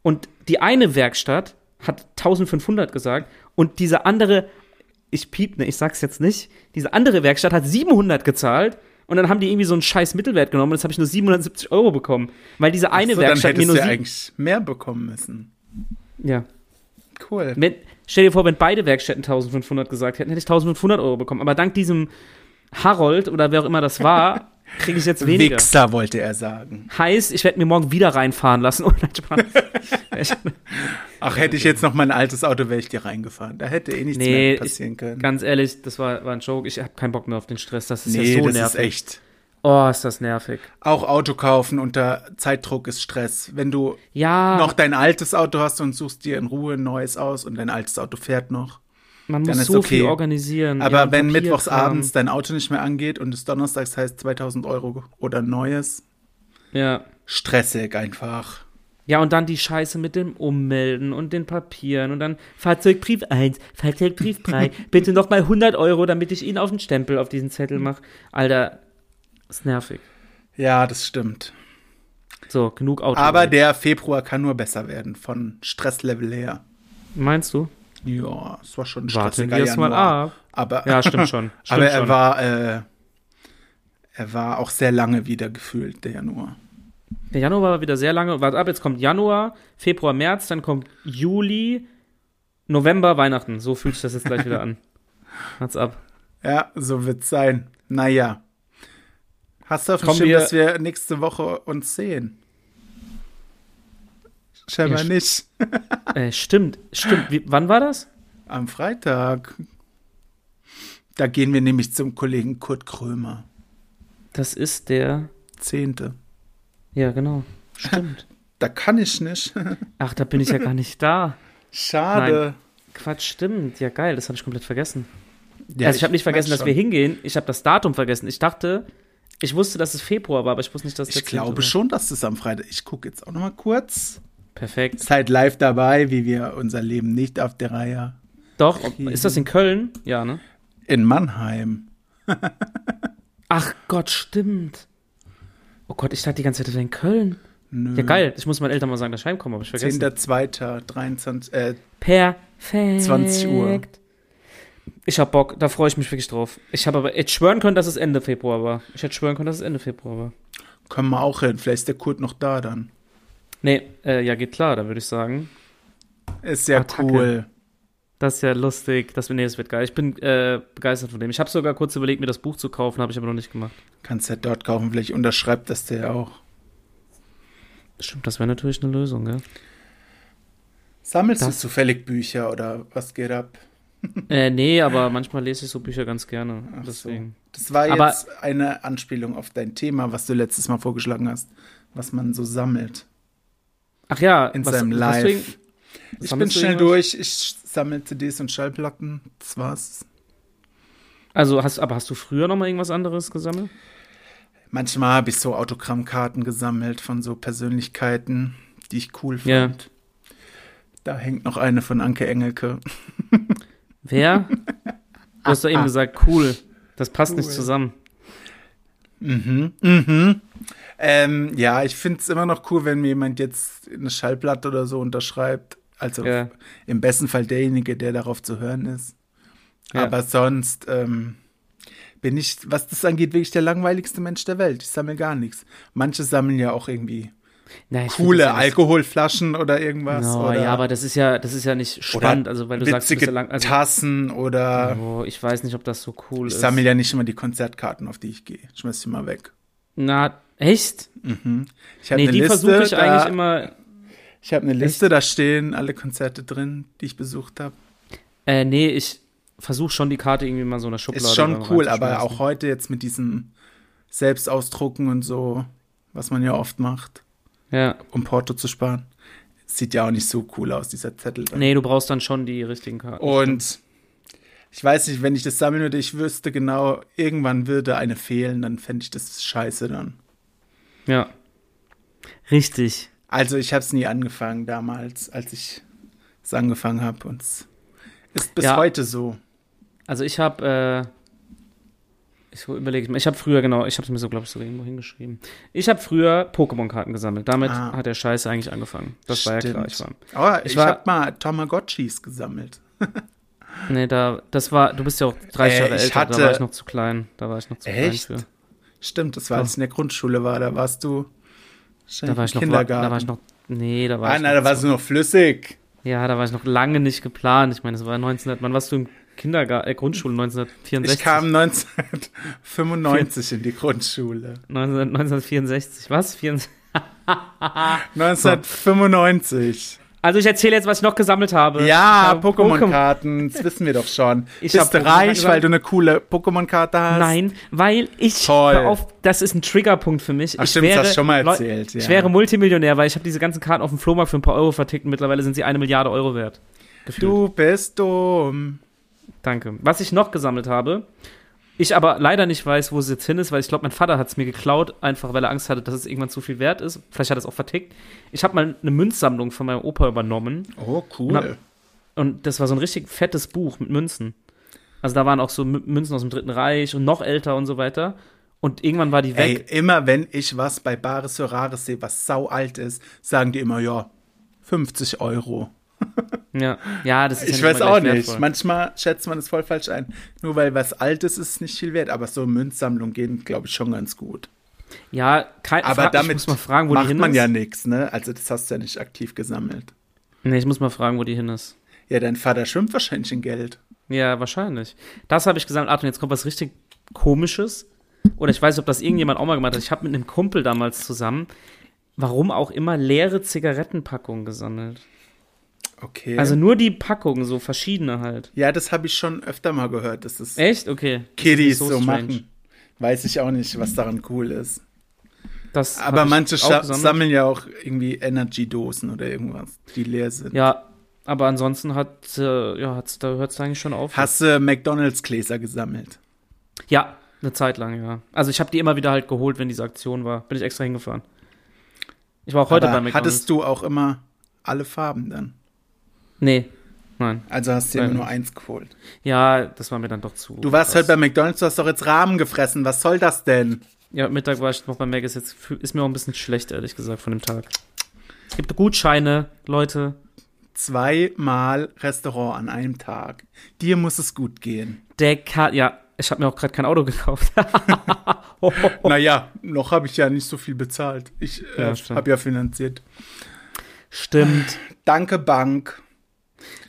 Speaker 2: Und die eine Werkstatt hat 1500 gesagt und diese andere, ich piep, ne, ich sag's jetzt nicht, diese andere Werkstatt hat 700 gezahlt und dann haben die irgendwie so einen scheiß Mittelwert genommen und jetzt habe ich nur 770 Euro bekommen, weil diese eine
Speaker 1: so, dann
Speaker 2: Werkstatt mir
Speaker 1: hättest
Speaker 2: nur
Speaker 1: du ja
Speaker 2: sieb-
Speaker 1: eigentlich mehr bekommen müssen.
Speaker 2: ja.
Speaker 1: Cool.
Speaker 2: Wenn, stell dir vor, wenn beide Werkstätten 1500 gesagt hätten, hätte ich 1500 Euro bekommen. Aber dank diesem Harold oder wer auch immer das war, kriege ich jetzt weniger.
Speaker 1: Wichser wollte er sagen.
Speaker 2: Heißt, ich werde mir morgen wieder reinfahren lassen. Oh, nein, Spaß. Ich-
Speaker 1: Ach, hätte ich jetzt noch mein altes Auto, wäre ich dir reingefahren. Da hätte eh nichts
Speaker 2: Nee,
Speaker 1: mehr passieren können.
Speaker 2: Ganz ehrlich, das war, war ein Joke. Ich habe keinen Bock mehr auf den Stress. Das ist
Speaker 1: nee,
Speaker 2: ja so
Speaker 1: das
Speaker 2: nervig.
Speaker 1: ist echt.
Speaker 2: Oh, ist das nervig.
Speaker 1: Auch Auto kaufen unter Zeitdruck ist Stress. Wenn du
Speaker 2: Ja,
Speaker 1: noch dein altes Auto hast und suchst dir in Ruhe ein neues aus und dein altes Auto fährt noch.
Speaker 2: man
Speaker 1: dann
Speaker 2: muss
Speaker 1: ist
Speaker 2: so viel
Speaker 1: okay.
Speaker 2: organisieren.
Speaker 1: Aber
Speaker 2: ja,
Speaker 1: wenn
Speaker 2: Papierkram.
Speaker 1: mittwochsabends dein Auto nicht mehr angeht und es donnerstags heißt 2000 Euro oder neues,
Speaker 2: Ja.
Speaker 1: stressig einfach.
Speaker 2: Ja, und dann die Scheiße mit dem Ummelden und den Papieren und dann Fahrzeugbrief 1, Fahrzeugbrief 3, bitte nochmal 100 Euro, damit ich Ihnen auf den Stempel auf diesen Zettel mache. Alter, ist nervig.
Speaker 1: Ja, das stimmt.
Speaker 2: So, genug Auto.
Speaker 1: Aber der Februar kann nur besser werden von Stresslevel her.
Speaker 2: Meinst du?
Speaker 1: Ja, es war schon ein
Speaker 2: Warten
Speaker 1: stressiger
Speaker 2: wir es mal
Speaker 1: Januar.
Speaker 2: ab.
Speaker 1: Aber,
Speaker 2: Ja, stimmt schon. Stimmt
Speaker 1: aber er
Speaker 2: schon.
Speaker 1: war, äh, er war auch sehr lange wieder gefühlt, der Januar.
Speaker 2: der Januar war wieder sehr lange. Warte ab, jetzt kommt Januar, Februar, März, dann kommt Juli, November, Weihnachten. So fühlt sich das jetzt gleich wieder an. Wart's ab.
Speaker 1: Ja, so wird's sein. Naja. Hast du auf dem
Speaker 2: Kommen
Speaker 1: Schirm,
Speaker 2: wir-
Speaker 1: dass wir nächste Woche uns sehen? Scheinbar
Speaker 2: Ja,
Speaker 1: nicht.
Speaker 2: Äh, stimmt, stimmt. Wie, wann war das?
Speaker 1: Am Freitag. Da gehen wir nämlich zum Kollegen Kurt Krömer.
Speaker 2: Das ist der.
Speaker 1: Zehnte.
Speaker 2: Ja, genau. Stimmt.
Speaker 1: Da kann ich nicht.
Speaker 2: Ach, da bin ich ja gar nicht da.
Speaker 1: Schade.
Speaker 2: Quatsch, stimmt. Ja, geil, das habe ich komplett vergessen.
Speaker 1: Ja,
Speaker 2: also ich habe nicht vergessen, dass
Speaker 1: merk
Speaker 2: wir
Speaker 1: schon.
Speaker 2: hingehen. Ich habe das Datum vergessen. Ich dachte, ich wusste, dass es Februar war, aber ich wusste nicht, dass es
Speaker 1: Ich
Speaker 2: der 10.
Speaker 1: glaube
Speaker 2: war.
Speaker 1: schon, dass es am Freitag. Ich gucke jetzt auch noch mal kurz.
Speaker 2: Perfekt.
Speaker 1: Ist halt live dabei, wie wir unser Leben nicht auf der Reihe.
Speaker 2: Doch, ob- ist das in Köln? Ja, ne?
Speaker 1: In Mannheim.
Speaker 2: Ach Gott, stimmt. Oh Gott, ich dachte die ganze Zeit, das wäre in Köln.
Speaker 1: Nö.
Speaker 2: Ja, geil. Ich muss meinen Eltern mal sagen, dass ich heimkomme, aber ich vergessen.
Speaker 1: 10.2. 23. Äh,
Speaker 2: Perfekt.
Speaker 1: 20 Uhr.
Speaker 2: Ich hab Bock, da freue ich mich wirklich drauf. Ich habe aber hätte schwören können, dass es Ende Februar war. Ich hätte schwören können, dass es Ende Februar war.
Speaker 1: Können wir auch hin. Vielleicht ist der Kurt noch da dann.
Speaker 2: Nee, äh, ja, geht klar, da würde ich sagen.
Speaker 1: Ist ja
Speaker 2: Attacke.
Speaker 1: cool.
Speaker 2: Das ist ja lustig. Das, nee, das wird geil. Ich bin äh, begeistert von dem. Ich habe sogar kurz überlegt, mir das Buch zu kaufen, habe ich aber noch nicht gemacht.
Speaker 1: Kannst ja dort kaufen. Vielleicht unterschreibt das der auch.
Speaker 2: Stimmt, das wäre natürlich eine Lösung, gell?
Speaker 1: Sammelst
Speaker 2: Das-
Speaker 1: du zufällig Bücher oder was geht ab?
Speaker 2: äh, nee, aber manchmal lese ich so Bücher ganz gerne.
Speaker 1: Ach so.
Speaker 2: Deswegen.
Speaker 1: Das war
Speaker 2: Aber-
Speaker 1: jetzt eine Anspielung auf dein Thema, was du letztes Mal vorgeschlagen hast, was man so sammelt
Speaker 2: Ach ja,
Speaker 1: in
Speaker 2: was-
Speaker 1: seinem
Speaker 2: was
Speaker 1: Live.
Speaker 2: deswegen-
Speaker 1: Ich bin
Speaker 2: sammelst du
Speaker 1: schnell
Speaker 2: irgendwas?
Speaker 1: durch. Ich sammle CDs und Schallplatten. Das war's.
Speaker 2: Also hast, aber hast du früher noch mal irgendwas anderes gesammelt?
Speaker 1: Manchmal habe ich so Autogrammkarten gesammelt von so Persönlichkeiten, die ich cool fand.
Speaker 2: Ja.
Speaker 1: Da hängt noch eine von Anke Engelke.
Speaker 2: Wer? Du hast doch eben gesagt, cool. Das passt nicht
Speaker 1: Ah, Cool.
Speaker 2: zusammen.
Speaker 1: Mhm, mhm. Ähm, ja, ich finde es immer noch cool, wenn mir jemand jetzt eine Schallplatte oder so unterschreibt. Also
Speaker 2: Ja.
Speaker 1: im besten Fall derjenige, der darauf zu hören ist.
Speaker 2: Ja.
Speaker 1: Aber sonst ähm, bin ich, was das angeht, wirklich der langweiligste Mensch der Welt. Ich sammle gar nichts. Manche sammeln ja auch irgendwie
Speaker 2: Nein, ich find
Speaker 1: coole
Speaker 2: das ja nicht-
Speaker 1: Alkoholflaschen oder irgendwas.
Speaker 2: No,
Speaker 1: oder
Speaker 2: ja, aber das ist ja, das ist ja nicht
Speaker 1: oder
Speaker 2: spannend, also weil du sagst, du bist
Speaker 1: witzige
Speaker 2: ja lang, also,
Speaker 1: Tassen oder
Speaker 2: oh, ich weiß nicht, ob das so cool
Speaker 1: ich
Speaker 2: ist.
Speaker 1: sammle ja nicht immer die Konzertkarten, auf die ich gehe. Schmeiß sie mal weg.
Speaker 2: Na, echt?
Speaker 1: Ich habe
Speaker 2: Nee,
Speaker 1: eine
Speaker 2: die
Speaker 1: Liste,
Speaker 2: versuche ich
Speaker 1: da,
Speaker 2: eigentlich immer.
Speaker 1: Ich habe eine Liste, da stehen alle Konzerte drin, die ich besucht habe.
Speaker 2: Äh, nee, ich versuche schon die Karte irgendwie mal so in der Schublade.
Speaker 1: Ist schon
Speaker 2: mal
Speaker 1: cool, aber
Speaker 2: reinzuschmeißen.
Speaker 1: auch heute jetzt mit diesem Selbstausdrucken und so, was man ja oft macht,
Speaker 2: Ja,
Speaker 1: um Porto zu sparen, sieht ja auch nicht so cool aus, dieser Zettel. Dann.
Speaker 2: nee, du brauchst dann schon die richtigen
Speaker 1: Oh.
Speaker 2: Karten.
Speaker 1: und ich weiß nicht, wenn ich das sammeln würde, ich wüsste genau, irgendwann würde eine fehlen, dann fände ich das scheiße dann.
Speaker 2: Ja. Richtig.
Speaker 1: Also ich habe es nie angefangen damals, als ich es angefangen habe und es ist bis
Speaker 2: Ja.
Speaker 1: heute so.
Speaker 2: Also ich habe, äh, ich überlege mal, ich habe früher, genau, ich habe es mir so, glaube ich, sogar irgendwo hingeschrieben. Ich habe früher Pokémon-Karten gesammelt. Damit
Speaker 1: Ah.
Speaker 2: hat der Scheiß eigentlich angefangen. Das war ja klar. Ich war,
Speaker 1: war. Oh,
Speaker 2: ich
Speaker 1: ich,
Speaker 2: war-
Speaker 1: habe mal Tamagotchis gesammelt.
Speaker 2: nee, da, das war, du bist ja auch
Speaker 1: Äh,
Speaker 2: 30 Jahre
Speaker 1: ich
Speaker 2: älter, da
Speaker 1: hatte-
Speaker 2: war ich noch zu klein. Da war ich noch zu
Speaker 1: Echt?
Speaker 2: klein für.
Speaker 1: Stimmt, das war, als ich in der Grundschule war. Da warst du
Speaker 2: Da war ich noch,
Speaker 1: Kindergarten.
Speaker 2: da war ich noch, nee, da war
Speaker 1: ah,
Speaker 2: ich
Speaker 1: na,
Speaker 2: noch
Speaker 1: da warst du noch flüssig.
Speaker 2: Ja, da war ich noch lange nicht geplant. Ich meine, es war 1900. Wann warst du im Kindergarten, äh, Grundschule
Speaker 1: Ich
Speaker 2: 1964?
Speaker 1: kam 1995 in die Grundschule.
Speaker 2: 19, 1964. Was? 64?
Speaker 1: 1995.
Speaker 2: Also ich erzähle jetzt, was ich noch gesammelt habe.
Speaker 1: Ja,
Speaker 2: Ich habe Pokémon-
Speaker 1: Pokémon-Karten, das wissen wir doch schon.
Speaker 2: Ich hab
Speaker 1: Bist du
Speaker 2: Pokémon
Speaker 1: reich,
Speaker 2: gesagt.
Speaker 1: weil du eine coole Pokémon-Karte hast?
Speaker 2: Nein, weil ich
Speaker 1: Toll.
Speaker 2: Hör auf, das ist ein Triggerpunkt für mich.
Speaker 1: Ach
Speaker 2: ich
Speaker 1: stimmt, das
Speaker 2: wäre,
Speaker 1: hast du schon mal
Speaker 2: Leu-
Speaker 1: erzählt,
Speaker 2: Ich
Speaker 1: ja.
Speaker 2: wäre Multimillionär, weil ich habe diese ganzen Karten auf dem Flohmarkt für ein paar Euro vertickt und mittlerweile sind sie eine Milliarde Euro wert. Gefühlt.
Speaker 1: Du bist dumm.
Speaker 2: Danke. Was ich noch gesammelt habe, ich aber leider nicht weiß, wo es jetzt hin ist, weil ich glaube, mein Vater hat es mir geklaut, einfach weil er Angst hatte, dass es irgendwann zu viel wert ist. Vielleicht hat er es auch vertickt. Ich habe mal eine Münzsammlung von meinem Opa übernommen
Speaker 1: Oh,
Speaker 2: Na-
Speaker 1: cool.
Speaker 2: und das war so ein richtig fettes Buch mit Münzen. Also da waren auch so Mü- Münzen aus dem Dritten Reich und noch älter und so weiter. Und irgendwann war die
Speaker 1: Ey,
Speaker 2: weg.
Speaker 1: immer wenn ich was bei Bares für Rares sehe, was sau alt ist, sagen die immer, ja, 50 Euro.
Speaker 2: Ja, ja das ist ja
Speaker 1: Ich
Speaker 2: nicht
Speaker 1: weiß
Speaker 2: immer
Speaker 1: auch
Speaker 2: gleich
Speaker 1: nicht.
Speaker 2: wertvoll.
Speaker 1: Manchmal schätzt man es voll falsch ein. Nur weil was alt ist, ist es nicht viel wert. Aber so Münzsammlung gehen, glaube ich, schon ganz gut.
Speaker 2: Ja, kein,
Speaker 1: Aber
Speaker 2: fra- ich
Speaker 1: damit
Speaker 2: muss mal fragen, wo die
Speaker 1: macht
Speaker 2: hin
Speaker 1: man
Speaker 2: ist.
Speaker 1: ja nichts, ne? Also das hast du ja nicht aktiv gesammelt.
Speaker 2: nee, ich muss mal fragen, wo die hin ist.
Speaker 1: Ja, dein Vater schwimmt wahrscheinlich in Geld.
Speaker 2: Ja, wahrscheinlich. Das habe ich gesammelt. Achtung, jetzt kommt was richtig Komisches. Oder ich weiß nicht, ob das irgendjemand auch mal gemacht hat. Ich habe mit einem Kumpel damals zusammen, warum auch immer, leere Zigarettenpackungen gesammelt.
Speaker 1: Okay.
Speaker 2: Also nur die Packungen, so verschiedene halt.
Speaker 1: ja, das habe ich schon öfter mal gehört, dass es
Speaker 2: Echt? Okay.
Speaker 1: Kiddies
Speaker 2: so
Speaker 1: so
Speaker 2: strange.
Speaker 1: machen. Weiß ich auch nicht, was daran cool ist.
Speaker 2: Das
Speaker 1: Aber
Speaker 2: hab ich
Speaker 1: manche
Speaker 2: auch
Speaker 1: scha-
Speaker 2: gesammelt.
Speaker 1: sammeln ja auch irgendwie Energy-Dosen oder irgendwas, die leer sind.
Speaker 2: Ja, aber ansonsten hat, äh, ja, hat's, da hört es eigentlich schon auf.
Speaker 1: Hast du McDonalds-Gläser gesammelt?
Speaker 2: ja, eine Zeit lang, ja. Also ich habe die immer wieder halt geholt, wenn diese Aktion war. Bin ich extra hingefahren. Ich war auch heute
Speaker 1: Aber
Speaker 2: bei McDonalds.
Speaker 1: Hattest du auch immer alle Farben dann?
Speaker 2: nee, nein.
Speaker 1: Also hast du
Speaker 2: Nein.
Speaker 1: immer nur eins geholt.
Speaker 2: Ja, das war mir dann doch zu.
Speaker 1: Du warst halt
Speaker 2: krass.
Speaker 1: heute bei McDonalds, du hast doch jetzt Rahmen gefressen. Was soll das denn?
Speaker 2: Ja, Mittag war ich noch bei Maggis. Jetzt fühl- ist mir auch ein bisschen schlecht, ehrlich gesagt, von dem Tag. Es gibt Gutscheine, Leute.
Speaker 1: Zweimal Restaurant an einem Tag. Dir muss es gut gehen.
Speaker 2: Der Ka Ja, ich habe mir auch gerade kein Auto gekauft.
Speaker 1: Naja, noch habe ich ja nicht so viel bezahlt. Ich
Speaker 2: Ja,
Speaker 1: äh,
Speaker 2: stimmt.
Speaker 1: habe Oh. ja finanziert.
Speaker 2: Stimmt.
Speaker 1: Danke, Bank.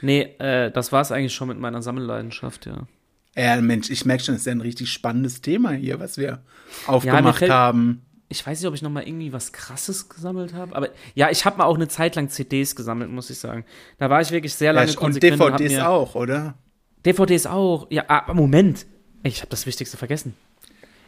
Speaker 2: Nee, äh, das war es eigentlich schon mit meiner Sammelleidenschaft, ja.
Speaker 1: Äh, Mensch, ich merke schon, es ist ja ein richtig spannendes Thema hier, was wir
Speaker 2: Ja, mir
Speaker 1: aufgemacht
Speaker 2: fällt-
Speaker 1: haben.
Speaker 2: Ich weiß nicht, ob ich noch mal irgendwie was Krasses gesammelt habe, aber ja, ich habe mal auch eine Zeit lang CDs gesammelt, muss ich sagen. Da war ich wirklich sehr lange
Speaker 1: Ja, und
Speaker 2: konsequent hab
Speaker 1: DVDs
Speaker 2: mir-
Speaker 1: auch, oder?
Speaker 2: DVDs auch. Ja, ah, Moment. Ich habe das Wichtigste vergessen.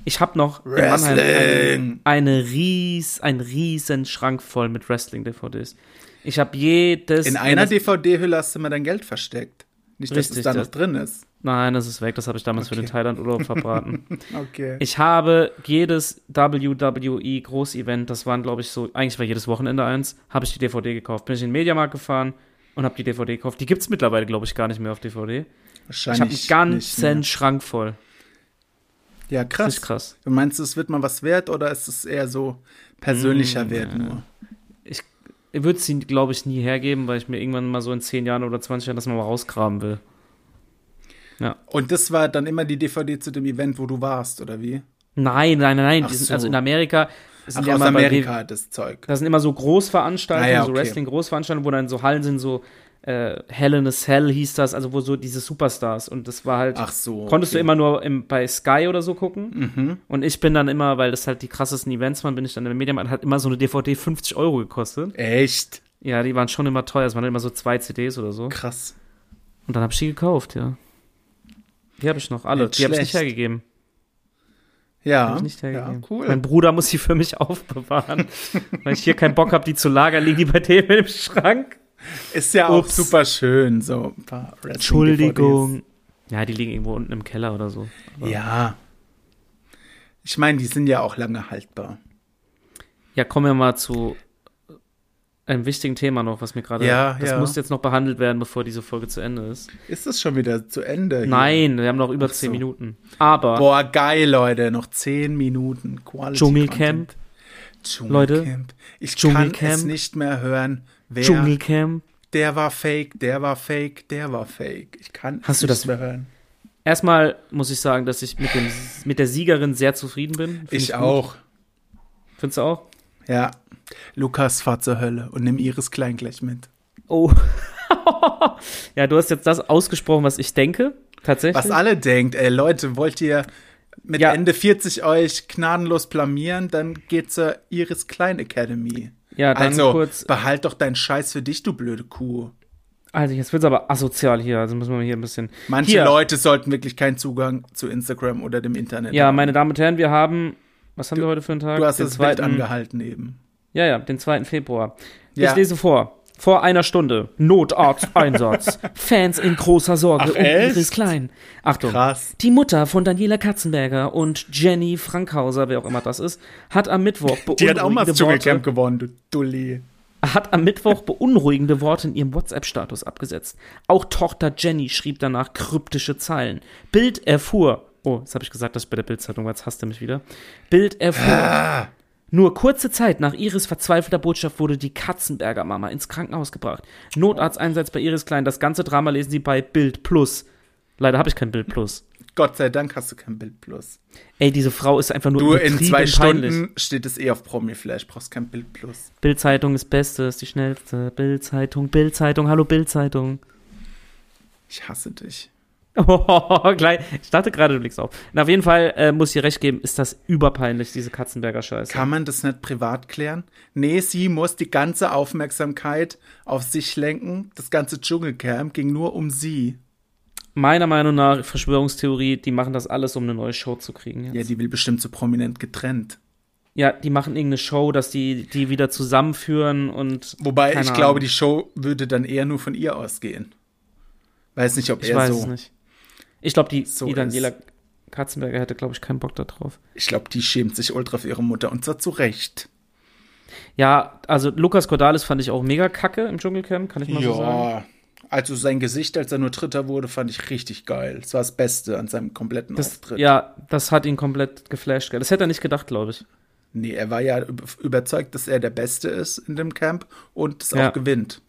Speaker 2: Ich habe noch in Mannheim
Speaker 1: Wrestling.
Speaker 2: eine, eine ries, einen riesen Schrank voll mit Wrestling-DVDs. Ich habe jedes.
Speaker 1: In einer
Speaker 2: jedes-
Speaker 1: DVD-Hülle hast du immer dein Geld versteckt. Nicht, dass
Speaker 2: Richtig,
Speaker 1: es da
Speaker 2: das-
Speaker 1: noch drin ist.
Speaker 2: Nein, das ist weg. Das habe ich damals für den
Speaker 1: Okay.
Speaker 2: Thailand-Urlaub verbraten.
Speaker 1: Okay.
Speaker 2: Ich habe jedes WWE Großevent, das waren glaube ich so, eigentlich war jedes Wochenende eins, habe ich die DVD gekauft. Bin ich in den Mediamarkt gefahren und habe die DVD gekauft. Die gibt es mittlerweile glaube ich gar nicht mehr auf DVD. Ich habe
Speaker 1: Wahrscheinlich.
Speaker 2: einen
Speaker 1: nicht
Speaker 2: ganzen
Speaker 1: mehr.
Speaker 2: Schrank voll.
Speaker 1: Ja,
Speaker 2: Das ist
Speaker 1: krass.
Speaker 2: krass.
Speaker 1: Du meinst, es wird mal was wert oder ist es eher so persönlicher
Speaker 2: Mm,
Speaker 1: Wert nur?
Speaker 2: Ich würde sie glaube ich nie hergeben, weil ich mir irgendwann mal so in 10 Jahren oder 20 Jahren das mal rausgraben will.
Speaker 1: Und das war dann immer die DVD zu dem Event, wo du warst, oder wie?
Speaker 2: Nein, nein, nein, nein.
Speaker 1: Ach
Speaker 2: Die sind
Speaker 1: so.
Speaker 2: also in Amerika. Sind
Speaker 1: Ach,
Speaker 2: ja
Speaker 1: aus
Speaker 2: immer bei
Speaker 1: Amerika das Zeug.
Speaker 2: Das sind immer so Großveranstaltungen,
Speaker 1: Ah ja,
Speaker 2: so
Speaker 1: okay.
Speaker 2: Wrestling-Großveranstaltungen, wo dann so Hallen sind, so äh, Hell in a Cell hieß das, also wo so diese Superstars und das war halt,
Speaker 1: Ach so. Okay. Mhm.
Speaker 2: konntest du immer nur im, bei Sky oder so gucken und ich bin dann immer, weil das halt die krassesten Events waren, bin ich dann im Mediamarkt, hat immer so eine DVD 50 Euro gekostet.
Speaker 1: Echt?
Speaker 2: Ja, die waren schon immer teuer, es waren halt immer so zwei CDs oder so
Speaker 1: Krass.
Speaker 2: und dann habe ich die gekauft, ja. Die habe ich noch, alle,
Speaker 1: Nicht
Speaker 2: die habe ich nicht
Speaker 1: schlecht.
Speaker 2: hergegeben. Hab
Speaker 1: Ja.
Speaker 2: ich nicht
Speaker 1: ja,
Speaker 2: hergegeben.
Speaker 1: cool.
Speaker 2: Mein Bruder muss sie für mich aufbewahren, weil ich hier keinen Bock habe, die zu lagern, liegen die bei dem im Schrank.
Speaker 1: Ist ja auch
Speaker 2: Ups.
Speaker 1: super schön, so ein paar Wrestling-DVDs.
Speaker 2: Entschuldigung. Ja, die liegen irgendwo unten im Keller oder so.
Speaker 1: Ja. Ich meine, die sind ja auch lange haltbar.
Speaker 2: Ja, kommen wir mal zu einem wichtigen Thema noch, was mir gerade.
Speaker 1: Ja,
Speaker 2: das
Speaker 1: ja.
Speaker 2: muss jetzt noch behandelt werden, bevor diese Folge zu Ende ist.
Speaker 1: Ist das schon wieder zu Ende? Hier?
Speaker 2: Nein, wir haben noch über zehn
Speaker 1: so.
Speaker 2: Minuten. Aber
Speaker 1: Boah, geil, Leute. Noch 10 Minuten Quality.
Speaker 2: Dschungelcamp,
Speaker 1: Content.
Speaker 2: Leute.
Speaker 1: Dschungelcamp. Ich kann
Speaker 2: Dschungelcamp.
Speaker 1: es nicht mehr hören. Wer,
Speaker 2: Dschungelcamp.
Speaker 1: der war fake, der war fake, der war fake. Ich kann es
Speaker 2: Hast du
Speaker 1: nicht
Speaker 2: das-
Speaker 1: mehr hören.
Speaker 2: Erstmal muss ich sagen, dass ich mit, dem, mit der Siegerin sehr zufrieden bin. Find
Speaker 1: Ich
Speaker 2: gut.
Speaker 1: auch.
Speaker 2: Findest du auch?
Speaker 1: Ja. Lukas, fahr zur Hölle und nimm Iris Klein gleich mit.
Speaker 2: Oh. ja, du hast jetzt das ausgesprochen, was ich denke. Tatsächlich.
Speaker 1: Was alle denkt, ey, Leute, wollt ihr mit
Speaker 2: Ja.
Speaker 1: Ende 40 euch gnadenlos blamieren, dann geht zur Iris Klein Academy.
Speaker 2: Ja, dann
Speaker 1: also,
Speaker 2: kurz.
Speaker 1: behalt doch deinen Scheiß für dich, du blöde Kuh.
Speaker 2: Also, jetzt wird's aber asozial hier. Also, müssen wir hier ein bisschen.
Speaker 1: Manche
Speaker 2: Hier.
Speaker 1: Leute sollten wirklich keinen Zugang zu Instagram oder dem Internet
Speaker 2: Ja,
Speaker 1: haben.
Speaker 2: meine Damen und Herren, wir haben. Was haben wir heute für einen Tag?
Speaker 1: Du hast
Speaker 2: Den
Speaker 1: das Bild angehalten eben.
Speaker 2: Ja, ja, den 2. Februar.
Speaker 1: Ja.
Speaker 2: Ich lese vor. Vor einer Stunde. Notarzteinsatz. Fans in großer Sorge
Speaker 1: Ach,
Speaker 2: um
Speaker 1: echt?
Speaker 2: Iris Klein. Achtung.
Speaker 1: Krass.
Speaker 2: Die Mutter von Daniela Katzenberger und Jenny Frankhauser, wer auch immer das ist, hat am Mittwoch
Speaker 1: Die hat auch mal das
Speaker 2: beunruhigende Worte-
Speaker 1: Dschungelcamp gewonnen, du Dulli.
Speaker 2: hat am Mittwoch beunruhigende Worte in ihrem WhatsApp-Status abgesetzt. Auch Tochter Jenny schrieb danach kryptische Zeilen. Bild erfuhr. Oh, jetzt habe ich gesagt, das ist bei der Bildzeitung war, jetzt hasst er mich wieder. Bild erfuhr. Nur kurze Zeit nach Iris verzweifelter Botschaft wurde die Katzenberger Mama ins Krankenhaus gebracht. Notarzteinsatz bei Iris Klein. Das ganze Drama lesen Sie bei Bild Plus. Leider habe ich kein Bild Plus.
Speaker 1: Gott sei Dank hast du kein Bild plus.
Speaker 2: Ey, diese Frau ist einfach nur
Speaker 1: Du, in
Speaker 2: übertrieben
Speaker 1: zwei
Speaker 2: peinlich.
Speaker 1: Stunden steht es eh auf Promi-Flash, brauchst kein Bild plus.
Speaker 2: Bildzeitung ist Beste, ist die schnellste. Bildzeitung, Bildzeitung, hallo Bildzeitung.
Speaker 1: Ich hasse dich.
Speaker 2: Oh, gleich. Ich dachte gerade, du blickst auf. Na, auf jeden Fall äh, muss ich dir recht geben, ist das überpeinlich, diese Katzenberger Scheiße.
Speaker 1: Kann man das nicht privat klären? Nee, sie muss die ganze Aufmerksamkeit auf sich lenken. Das ganze Dschungelcamp ging nur um sie.
Speaker 2: Meiner Meinung nach, Verschwörungstheorie, die machen das alles, um eine neue Show zu kriegen.
Speaker 1: Ja,
Speaker 2: Jetzt.
Speaker 1: die will bestimmt so prominent getrennt.
Speaker 2: Ja, die machen irgendeine Show, dass die die wieder zusammenführen und.
Speaker 1: Wobei
Speaker 2: keine
Speaker 1: ich glaube,
Speaker 2: Ahnung.
Speaker 1: die Show würde dann eher nur von ihr ausgehen. Weiß nicht, ob
Speaker 2: Ich
Speaker 1: er
Speaker 2: weiß
Speaker 1: so.
Speaker 2: es nicht. Ich glaube, die,
Speaker 1: So
Speaker 2: die
Speaker 1: ist-
Speaker 2: Daniela Katzenberger hätte, glaube ich, keinen Bock darauf.
Speaker 1: Ich glaube, die schämt sich ultra für ihre Mutter und zwar zu Recht.
Speaker 2: Ja, also Lukas Cordalis fand ich auch mega kacke im Dschungelcamp, kann ich mal so sagen.
Speaker 1: Also sein Gesicht, als er nur Dritter wurde, fand ich richtig geil. Das war das Beste an seinem kompletten
Speaker 2: Das,
Speaker 1: Auftritt.
Speaker 2: ja, das hat ihn komplett geflasht. gell. Das hätte er nicht gedacht, glaube ich.
Speaker 1: Nee, er war ja üb- überzeugt, dass er der Beste ist in dem Camp und es
Speaker 2: Ja.
Speaker 1: auch gewinnt.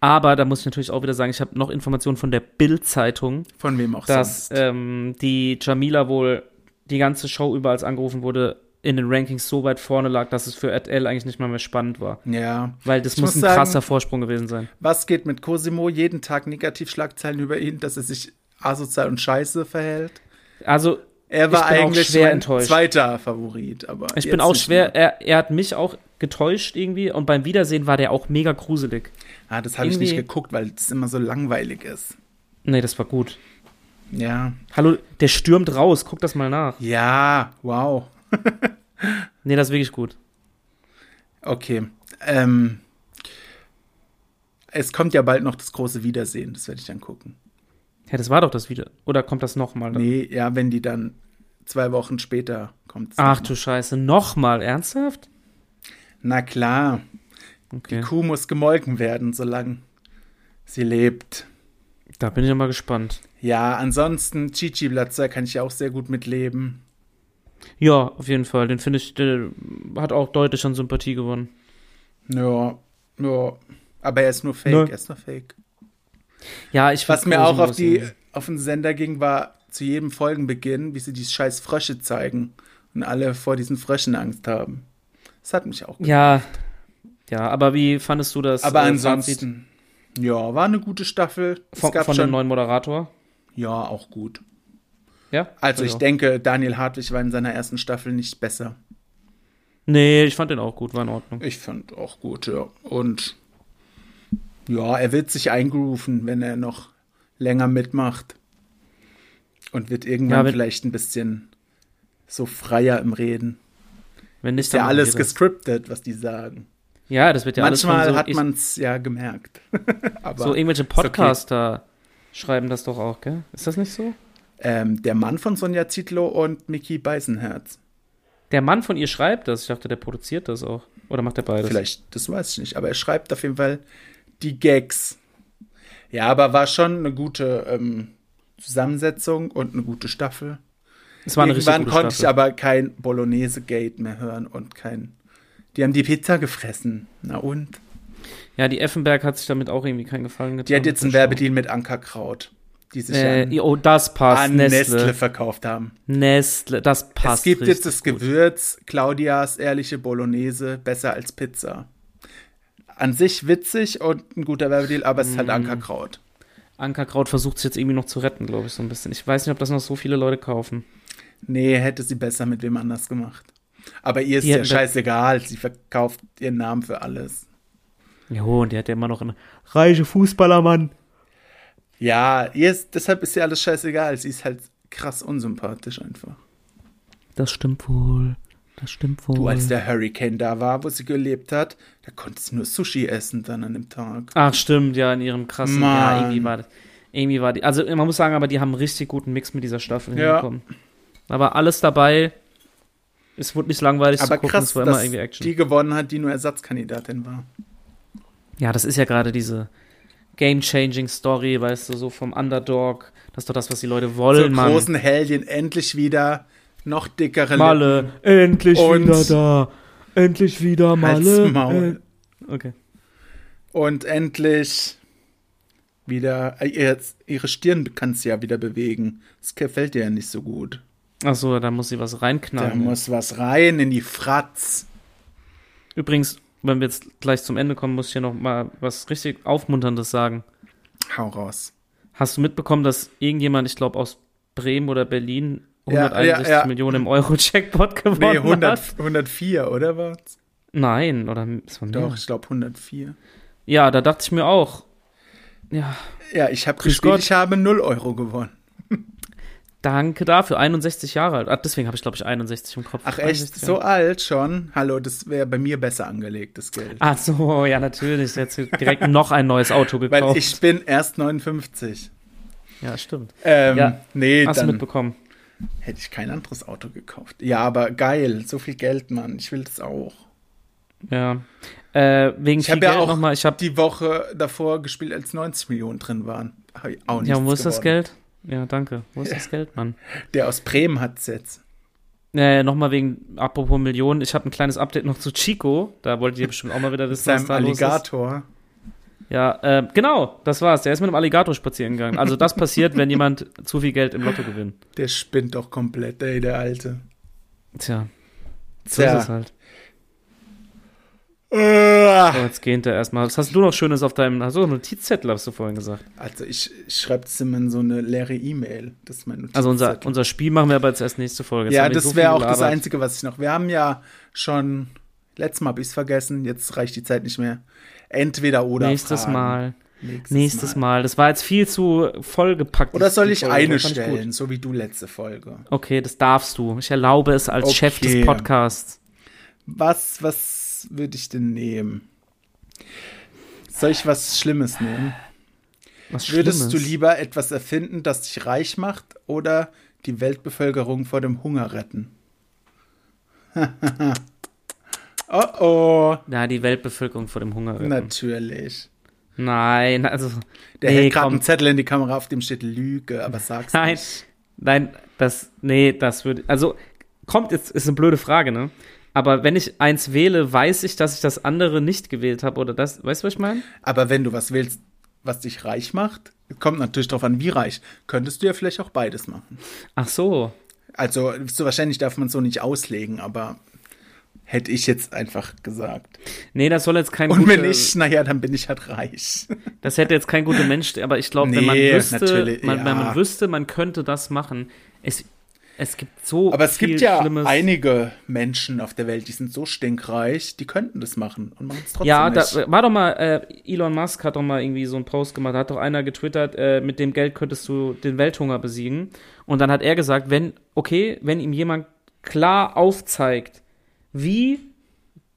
Speaker 2: Aber da muss ich natürlich auch wieder sagen, ich habe noch Informationen von der Bild-Zeitung,
Speaker 1: Von wem auch
Speaker 2: dass
Speaker 1: sonst.
Speaker 2: ähm, die Jamila wohl die ganze Show über, als angerufen wurde, in den Rankings so weit vorne lag, dass es für RTL eigentlich nicht mal mehr spannend war.
Speaker 1: ja.
Speaker 2: Weil das
Speaker 1: Ich
Speaker 2: muss,
Speaker 1: muss
Speaker 2: ein
Speaker 1: sagen-
Speaker 2: krasser Vorsprung gewesen sein.
Speaker 1: Was geht mit Cosimo? Jeden Tag Negativschlagzeilen über ihn, dass er sich asozial und scheiße verhält.
Speaker 2: Also,
Speaker 1: Er
Speaker 2: Ich
Speaker 1: war
Speaker 2: bin auch
Speaker 1: eigentlich
Speaker 2: schwer
Speaker 1: mein
Speaker 2: enttäuscht.
Speaker 1: zweiter Favorit, aber
Speaker 2: ich
Speaker 1: jetzt
Speaker 2: bin auch
Speaker 1: nicht
Speaker 2: schwer,
Speaker 1: mehr.
Speaker 2: er, er hat mich auch getäuscht irgendwie und beim Wiedersehen war der auch mega gruselig.
Speaker 1: Ah, das habe ich nicht
Speaker 2: irgendwie-
Speaker 1: geguckt, weil es immer so langweilig ist.
Speaker 2: Nee, das war gut.
Speaker 1: Ja,
Speaker 2: Hallo, der stürmt raus, guck das mal nach.
Speaker 1: ja, wow.
Speaker 2: Nee, das ist wirklich gut.
Speaker 1: Okay. Ähm, es kommt ja bald noch das große Wiedersehen, das werde ich dann gucken.
Speaker 2: Ja, das war doch das wieder. Oder kommt das nochmal?
Speaker 1: Nee, ja, wenn die dann zwei Wochen später kommt.
Speaker 2: Ach du Scheiße, nochmal, ernsthaft?
Speaker 1: Na klar,
Speaker 2: Okay.
Speaker 1: die Kuh muss gemolken werden, solange sie lebt.
Speaker 2: Da bin ich ja mal gespannt.
Speaker 1: Ja, ansonsten, Chichi Blatzer kann ich ja auch sehr gut mitleben.
Speaker 2: Ja, auf jeden Fall. Den finde ich, der hat auch deutlich an Sympathie gewonnen.
Speaker 1: Ja, ja. Aber er ist nur fake,
Speaker 2: Nö.
Speaker 1: er ist nur fake.
Speaker 2: Ja, ich
Speaker 1: Was
Speaker 2: find
Speaker 1: mir auch
Speaker 2: Cosimo
Speaker 1: auf, die,
Speaker 2: ist-
Speaker 1: auf den Sender ging, war zu jedem Folgenbeginn, wie sie die scheiß Frösche zeigen und alle vor diesen Fröschen Angst haben. Das hat mich auch.
Speaker 2: Ja. Ja, aber wie fandest du das?
Speaker 1: Aber
Speaker 2: äh,
Speaker 1: ansonsten, ja, war eine gute Staffel.
Speaker 2: Fazit von, von dem neuen Moderator?
Speaker 1: ja, auch gut.
Speaker 2: Ja?
Speaker 1: Also ich denke, Daniel Hartwig war in seiner ersten Staffel nicht besser.
Speaker 2: Nee, ich fand den auch gut, war in Ordnung.
Speaker 1: Ich fand auch gut, ja. Und ja, er wird sich eingerufen, wenn er noch länger mitmacht. Und wird
Speaker 2: Ja,
Speaker 1: irgendwann
Speaker 2: wenn-
Speaker 1: vielleicht ein bisschen so freier im Reden.
Speaker 2: Wenn nicht,
Speaker 1: Ist ja
Speaker 2: dann
Speaker 1: alles
Speaker 2: machen wir das.
Speaker 1: gescriptet, was die sagen.
Speaker 2: Ja, das wird ja
Speaker 1: Manchmal
Speaker 2: alles von so,
Speaker 1: hat
Speaker 2: ich-
Speaker 1: man es ja gemerkt. Aber
Speaker 2: so e- irgendwelche
Speaker 1: okay.
Speaker 2: Podcaster schreiben das doch auch, gell? Ist das nicht so?
Speaker 1: ähm, der Mann von Sonja Zietlow und Mickey Beisenherz.
Speaker 2: Der Mann von ihr schreibt das. Ich dachte, der produziert das auch. Oder macht er beides?
Speaker 1: Vielleicht, das weiß ich nicht. Aber er schreibt auf jeden Fall die Gags. Ja, aber war schon eine gute ähm, Zusammensetzung und eine gute Staffel.
Speaker 2: Es war eine richtig
Speaker 1: Irgendwann
Speaker 2: gute
Speaker 1: konnte ich
Speaker 2: Staffel.
Speaker 1: aber kein Bolognese-Gate mehr hören und kein. Die haben die Pizza gefressen. Na und?
Speaker 2: Ja, die Effenberg hat sich damit auch irgendwie keinen Gefallen getan.
Speaker 1: Die hat jetzt einen
Speaker 2: mit der Show.
Speaker 1: Werbedeal mit Ankerkraut, die sich
Speaker 2: Äh,
Speaker 1: an,
Speaker 2: oh, das passt.
Speaker 1: an
Speaker 2: Nestle.
Speaker 1: Nestle verkauft haben.
Speaker 2: Nestle, das passt.
Speaker 1: es gibt
Speaker 2: richtig.
Speaker 1: jetzt das Gewürz Claudias ehrliche Bolognese besser als Pizza. An sich witzig und ein guter Werbedeal, aber es ist
Speaker 2: Mhm.
Speaker 1: halt Ankerkraut.
Speaker 2: Ankerkraut versucht es jetzt irgendwie noch zu retten, glaube ich, so ein bisschen. Ich weiß nicht, ob das noch so viele Leute kaufen.
Speaker 1: Nee, hätte sie besser mit wem anders gemacht. Aber ihr ist
Speaker 2: Die
Speaker 1: ja
Speaker 2: hätten da-
Speaker 1: scheißegal. Sie verkauft ihren Namen für alles.
Speaker 2: Jo, und der hat ja immer noch einen reiche Fußballermann.
Speaker 1: Ja, ihr ist, deshalb ist ihr alles scheißegal. Sie ist halt krass unsympathisch einfach.
Speaker 2: Das stimmt wohl. Das stimmt wohl.
Speaker 1: Du, als der Hurricane da war, wo sie gelebt hat, da konntest du nur Sushi essen dann an dem Tag.
Speaker 2: Ach, stimmt, ja, in ihrem krassen. Ja,
Speaker 1: Mann.
Speaker 2: irgendwie war das. Irgendwie war die. Also, man muss sagen, aber die haben einen richtig guten Mix mit dieser Staffel
Speaker 1: Ja.
Speaker 2: hinbekommen. Da war alles dabei. Es wurde nicht langweilig zu
Speaker 1: Aber
Speaker 2: gucken,
Speaker 1: krass,
Speaker 2: es war immer
Speaker 1: dass
Speaker 2: irgendwie Action.
Speaker 1: die gewonnen hat, die nur Ersatzkandidatin war.
Speaker 2: ja, das ist ja gerade diese Game-Changing-Story, weißt du, so vom Underdog. Das ist doch das, was die Leute
Speaker 1: Zur
Speaker 2: wollen, Mann.
Speaker 1: großen Heldin endlich wieder noch dickere
Speaker 2: Malle, endlich
Speaker 1: Und-
Speaker 2: wieder da. Endlich wieder
Speaker 1: Lippen, Hals,
Speaker 2: Malle.
Speaker 1: Maul.
Speaker 2: Äh, Okay.
Speaker 1: Und endlich wieder, äh, jetzt, ihre Stirn kann sie ja wieder bewegen. Das gefällt ihr ja nicht so gut.
Speaker 2: Achso, da muss sie was
Speaker 1: Da
Speaker 2: reinknallen.
Speaker 1: muss was rein in die Fratz.
Speaker 2: Übrigens, wenn wir jetzt gleich zum Ende kommen, muss ich hier noch mal was richtig Aufmunterndes sagen.
Speaker 1: Hau raus.
Speaker 2: Hast du mitbekommen, dass irgendjemand, ich glaube aus Bremen oder Berlin,
Speaker 1: Ja,
Speaker 2: 161
Speaker 1: ja, ja.
Speaker 2: Millionen im Euro-Jackpot gewonnen
Speaker 1: Nee,
Speaker 2: hat?
Speaker 1: 100, 104, oder was?
Speaker 2: Nein, oder es war mehr.
Speaker 1: Doch, ich glaube 104.
Speaker 2: Ja, da dachte ich mir auch. Ja,
Speaker 1: Ja, ich habe
Speaker 2: Grüß
Speaker 1: gespielt,
Speaker 2: Gott.
Speaker 1: ich habe 0 Euro gewonnen.
Speaker 2: danke dafür. 61 Jahre alt. Ah, deswegen habe ich, glaube ich, 61 im Kopf.
Speaker 1: Ach echt,
Speaker 2: 61
Speaker 1: so
Speaker 2: Jahre.
Speaker 1: alt schon? Hallo, das wäre bei mir besser angelegt, das Geld.
Speaker 2: Ach so, ja, natürlich. Jetzt direkt noch ein neues Auto
Speaker 1: Weil
Speaker 2: gekauft.
Speaker 1: ich bin erst 59.
Speaker 2: ja, stimmt.
Speaker 1: Ähm,
Speaker 2: Ja.
Speaker 1: Nee,
Speaker 2: Hast du
Speaker 1: dann
Speaker 2: mitbekommen?
Speaker 1: hätte ich kein anderes Auto gekauft. Ja, aber geil, so viel Geld, Mann. Ich will das auch.
Speaker 2: Ja. Äh, wegen
Speaker 1: Ich hab
Speaker 2: viel
Speaker 1: ja
Speaker 2: Geld
Speaker 1: auch
Speaker 2: nochmal. Ich habe.
Speaker 1: Die Woche davor gespielt, als 90 Millionen drin waren. Hab ich auch
Speaker 2: Ja,
Speaker 1: nichts
Speaker 2: wo ist das
Speaker 1: geworden.
Speaker 2: Geld? Ja, danke. Wo ist das Geld, Mann?
Speaker 1: Der aus Bremen hat es jetzt.
Speaker 2: Äh, nochmal wegen, apropos Millionen, ich habe ein kleines Update noch zu Chico. Da wolltet ihr bestimmt auch mal wieder wissen,
Speaker 1: Seinem
Speaker 2: los ist.
Speaker 1: Alligator.
Speaker 2: Ja, äh, genau, das war's. Der ist mit einem Alligator spazieren gegangen. Also das passiert, wenn jemand zu viel Geld im Lotto gewinnt.
Speaker 1: Der spinnt doch komplett, ey, der Alte.
Speaker 2: Tja, so ist es halt. So,
Speaker 1: Äh.
Speaker 2: jetzt geht er erstmal. Was hast du noch Schönes auf deinem, hast du noch einen Notizzettel, hast du vorhin gesagt.
Speaker 1: Also ich, ich schreibe das immer in so eine leere E-Mail. Das ist mein
Speaker 2: Also unser,
Speaker 1: Notizzettel.
Speaker 2: unser Spiel machen wir aber jetzt erst nächste Folge. Jetzt
Speaker 1: Ja,
Speaker 2: haben wir
Speaker 1: das
Speaker 2: so viel
Speaker 1: wäre auch das
Speaker 2: gelabert.
Speaker 1: Einzige, was ich noch. Wir haben ja schon, letztes Mal habe ich es vergessen, jetzt reicht die Zeit nicht mehr. Entweder oder.
Speaker 2: Nächstes
Speaker 1: Fragen.
Speaker 2: Mal,
Speaker 1: Nächstes,
Speaker 2: nächstes Mal. Das war jetzt viel zu vollgepackt.
Speaker 1: Oder
Speaker 2: die-
Speaker 1: soll
Speaker 2: die
Speaker 1: ich
Speaker 2: Folge.
Speaker 1: eine
Speaker 2: Fand ich gut.
Speaker 1: stellen, so wie du letzte Folge?
Speaker 2: Okay, das darfst du. Ich erlaube es als
Speaker 1: Okay.
Speaker 2: Chef des Podcasts.
Speaker 1: Was, was würde ich denn nehmen? Soll ich was Schlimmes nehmen?
Speaker 2: Was
Speaker 1: Würdest du
Speaker 2: Schlimmes.
Speaker 1: lieber etwas erfinden, das dich reich macht oder die Weltbevölkerung vor dem Hunger retten? oh oh,
Speaker 2: Na, die Weltbevölkerung vor dem Hunger retten.
Speaker 1: natürlich.
Speaker 2: Nein, also.
Speaker 1: Der
Speaker 2: nee,
Speaker 1: hält gerade
Speaker 2: komm.
Speaker 1: einen Zettel in die Kamera, auf dem steht Lüge, aber sag's
Speaker 2: Nein,
Speaker 1: nicht.
Speaker 2: nein, das. Nee, das würde. Also, kommt jetzt, ist eine blöde Frage, ne? Aber wenn ich eins wähle, weiß ich, dass ich das andere nicht gewählt habe oder das. Weißt du, was ich meine?
Speaker 1: Aber wenn du was willst, was dich reich macht, kommt natürlich drauf an, wie reich. Könntest du ja vielleicht auch beides machen.
Speaker 2: Ach so.
Speaker 1: Also, so wahrscheinlich darf man es so nicht auslegen, aber hätte ich jetzt einfach gesagt.
Speaker 2: Nee, das soll jetzt kein
Speaker 1: Und wenn
Speaker 2: guter-
Speaker 1: nicht, naja, dann bin ich halt reich.
Speaker 2: Das hätte jetzt kein guter Mensch, aber ich glaube, wenn man
Speaker 1: Nee,
Speaker 2: wüsste,
Speaker 1: natürlich,
Speaker 2: man, wenn man
Speaker 1: ja.
Speaker 2: wüsste, man könnte das machen. Es, es gibt so
Speaker 1: Aber es
Speaker 2: viel
Speaker 1: gibt ja
Speaker 2: Schlimmes.
Speaker 1: einige Menschen auf der Welt, die sind so stinkreich, die könnten das machen und machen es trotzdem
Speaker 2: Ja, da,
Speaker 1: nicht.
Speaker 2: war doch mal, äh, Elon Musk hat doch mal irgendwie so einen Post gemacht, da hat doch einer getwittert, äh, mit dem Geld könntest du den Welthunger besiegen. Und dann hat er gesagt, wenn, okay, wenn ihm jemand klar aufzeigt, wie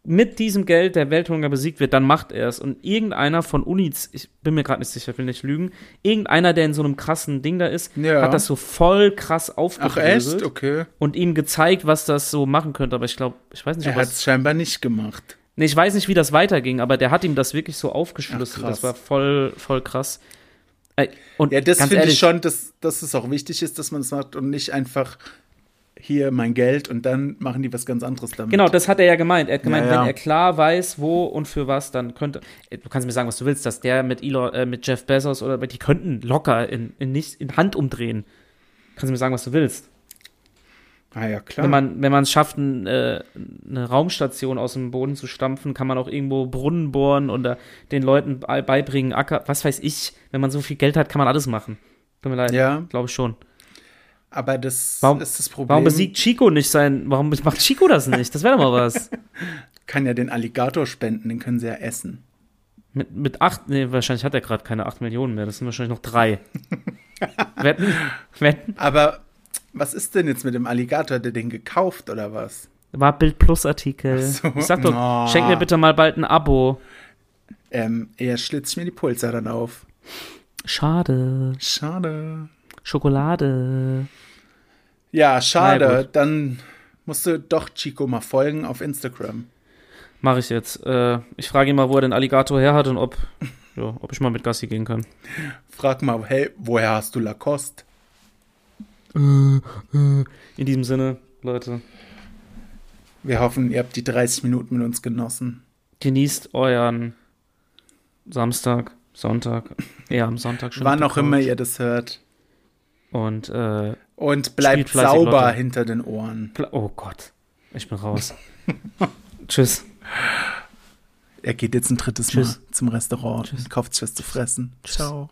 Speaker 2: mit diesem Geld der Welthunger besiegt wird, dann macht er es. Und irgendeiner von Uniz, ich bin mir gerade nicht sicher, will nicht lügen, irgendeiner, der in so einem krassen Ding da ist,
Speaker 1: Ja.
Speaker 2: hat das so voll krass
Speaker 1: Ach echt?
Speaker 2: aufgedröselt
Speaker 1: Okay.
Speaker 2: und ihm gezeigt, was das so machen könnte. Aber ich glaube, ich weiß nicht,
Speaker 1: Er
Speaker 2: das-
Speaker 1: hat es scheinbar nicht gemacht.
Speaker 2: Nee, ich weiß nicht, wie das weiterging, aber der hat ihm das wirklich so aufgeschlüsselt.
Speaker 1: Ach, krass.
Speaker 2: das war voll, voll krass. Äh, Und
Speaker 1: Ja, das
Speaker 2: ganz
Speaker 1: finde ich
Speaker 2: ehrlich,
Speaker 1: schon, dass, dass es auch wichtig ist, dass man es macht und nicht einfach hier mein Geld und dann machen die was ganz anderes damit.
Speaker 2: Genau, das hat er ja gemeint. Er hat gemeint,
Speaker 1: Ja, ja.
Speaker 2: wenn er klar weiß, wo und für was, dann könnte. Äh, Du kannst mir sagen, was du willst, dass der mit Elon, äh, mit Jeff Bezos oder die könnten locker in, in, nicht, in Hand umdrehen. Kannst du mir sagen, was du willst.
Speaker 1: Ah ja, klar.
Speaker 2: Wenn man wenn man es schafft, ein, äh, eine Raumstation aus dem Boden zu stampfen, kann man auch irgendwo Brunnen bohren oder den Leuten bei- beibringen, Acker, was weiß ich. Wenn man so viel Geld hat, kann man alles machen. Tut mir leid.
Speaker 1: ja,
Speaker 2: Glaube ich schon.
Speaker 1: Aber das
Speaker 2: Warum-
Speaker 1: ist das Problem.
Speaker 2: Warum besiegt Chico nicht sein? Warum macht Chico das nicht? Das wäre doch mal was.
Speaker 1: Kann ja den Alligator spenden, den können sie ja essen.
Speaker 2: Mit, mit acht, nee, wahrscheinlich hat er gerade keine acht Millionen mehr. Das sind wahrscheinlich noch drei. wetten, wetten,
Speaker 1: Aber was ist denn jetzt mit dem Alligator? Hat er den gekauft oder was?
Speaker 2: war Bild Plus Artikel.
Speaker 1: so,
Speaker 2: ich sag doch,
Speaker 1: na.
Speaker 2: schenk mir bitte mal bald ein Abo.
Speaker 1: Ähm, er schlitzt mir die Pulser dann auf.
Speaker 2: Schade.
Speaker 1: Schade.
Speaker 2: Schokolade.
Speaker 1: Ja,
Speaker 2: Na
Speaker 1: schade.
Speaker 2: gut.
Speaker 1: Dann musst du doch Chico mal folgen auf Instagram.
Speaker 2: Mache ich jetzt. Äh, ich frage ihn mal, wo er den Alligator her hat und ob, ja, ob ich mal mit Gassi gehen kann.
Speaker 1: Frag mal, hey, woher hast du Lacoste?
Speaker 2: In diesem Sinne, Leute,
Speaker 1: Wir hoffen, ihr habt die 30 Minuten mit uns genossen.
Speaker 2: genießt euren Samstag, Sonntag. Ja, am Sonntag schon.
Speaker 1: Wann
Speaker 2: auf
Speaker 1: auch
Speaker 2: der
Speaker 1: immer
Speaker 2: Couch.
Speaker 1: ihr das hört.
Speaker 2: Und, äh,
Speaker 1: Und
Speaker 2: Spielt
Speaker 1: bleibt
Speaker 2: fleißig,
Speaker 1: sauber
Speaker 2: Leute.
Speaker 1: hinter den Ohren.
Speaker 2: Pla- Oh Gott, ich bin raus. Tschüss.
Speaker 1: Er geht jetzt ein drittes
Speaker 2: Tschüss.
Speaker 1: Mal zum Restaurant
Speaker 2: Tschüss.
Speaker 1: und kauft sich was zu fressen.
Speaker 2: Tschüss.
Speaker 1: Ciao.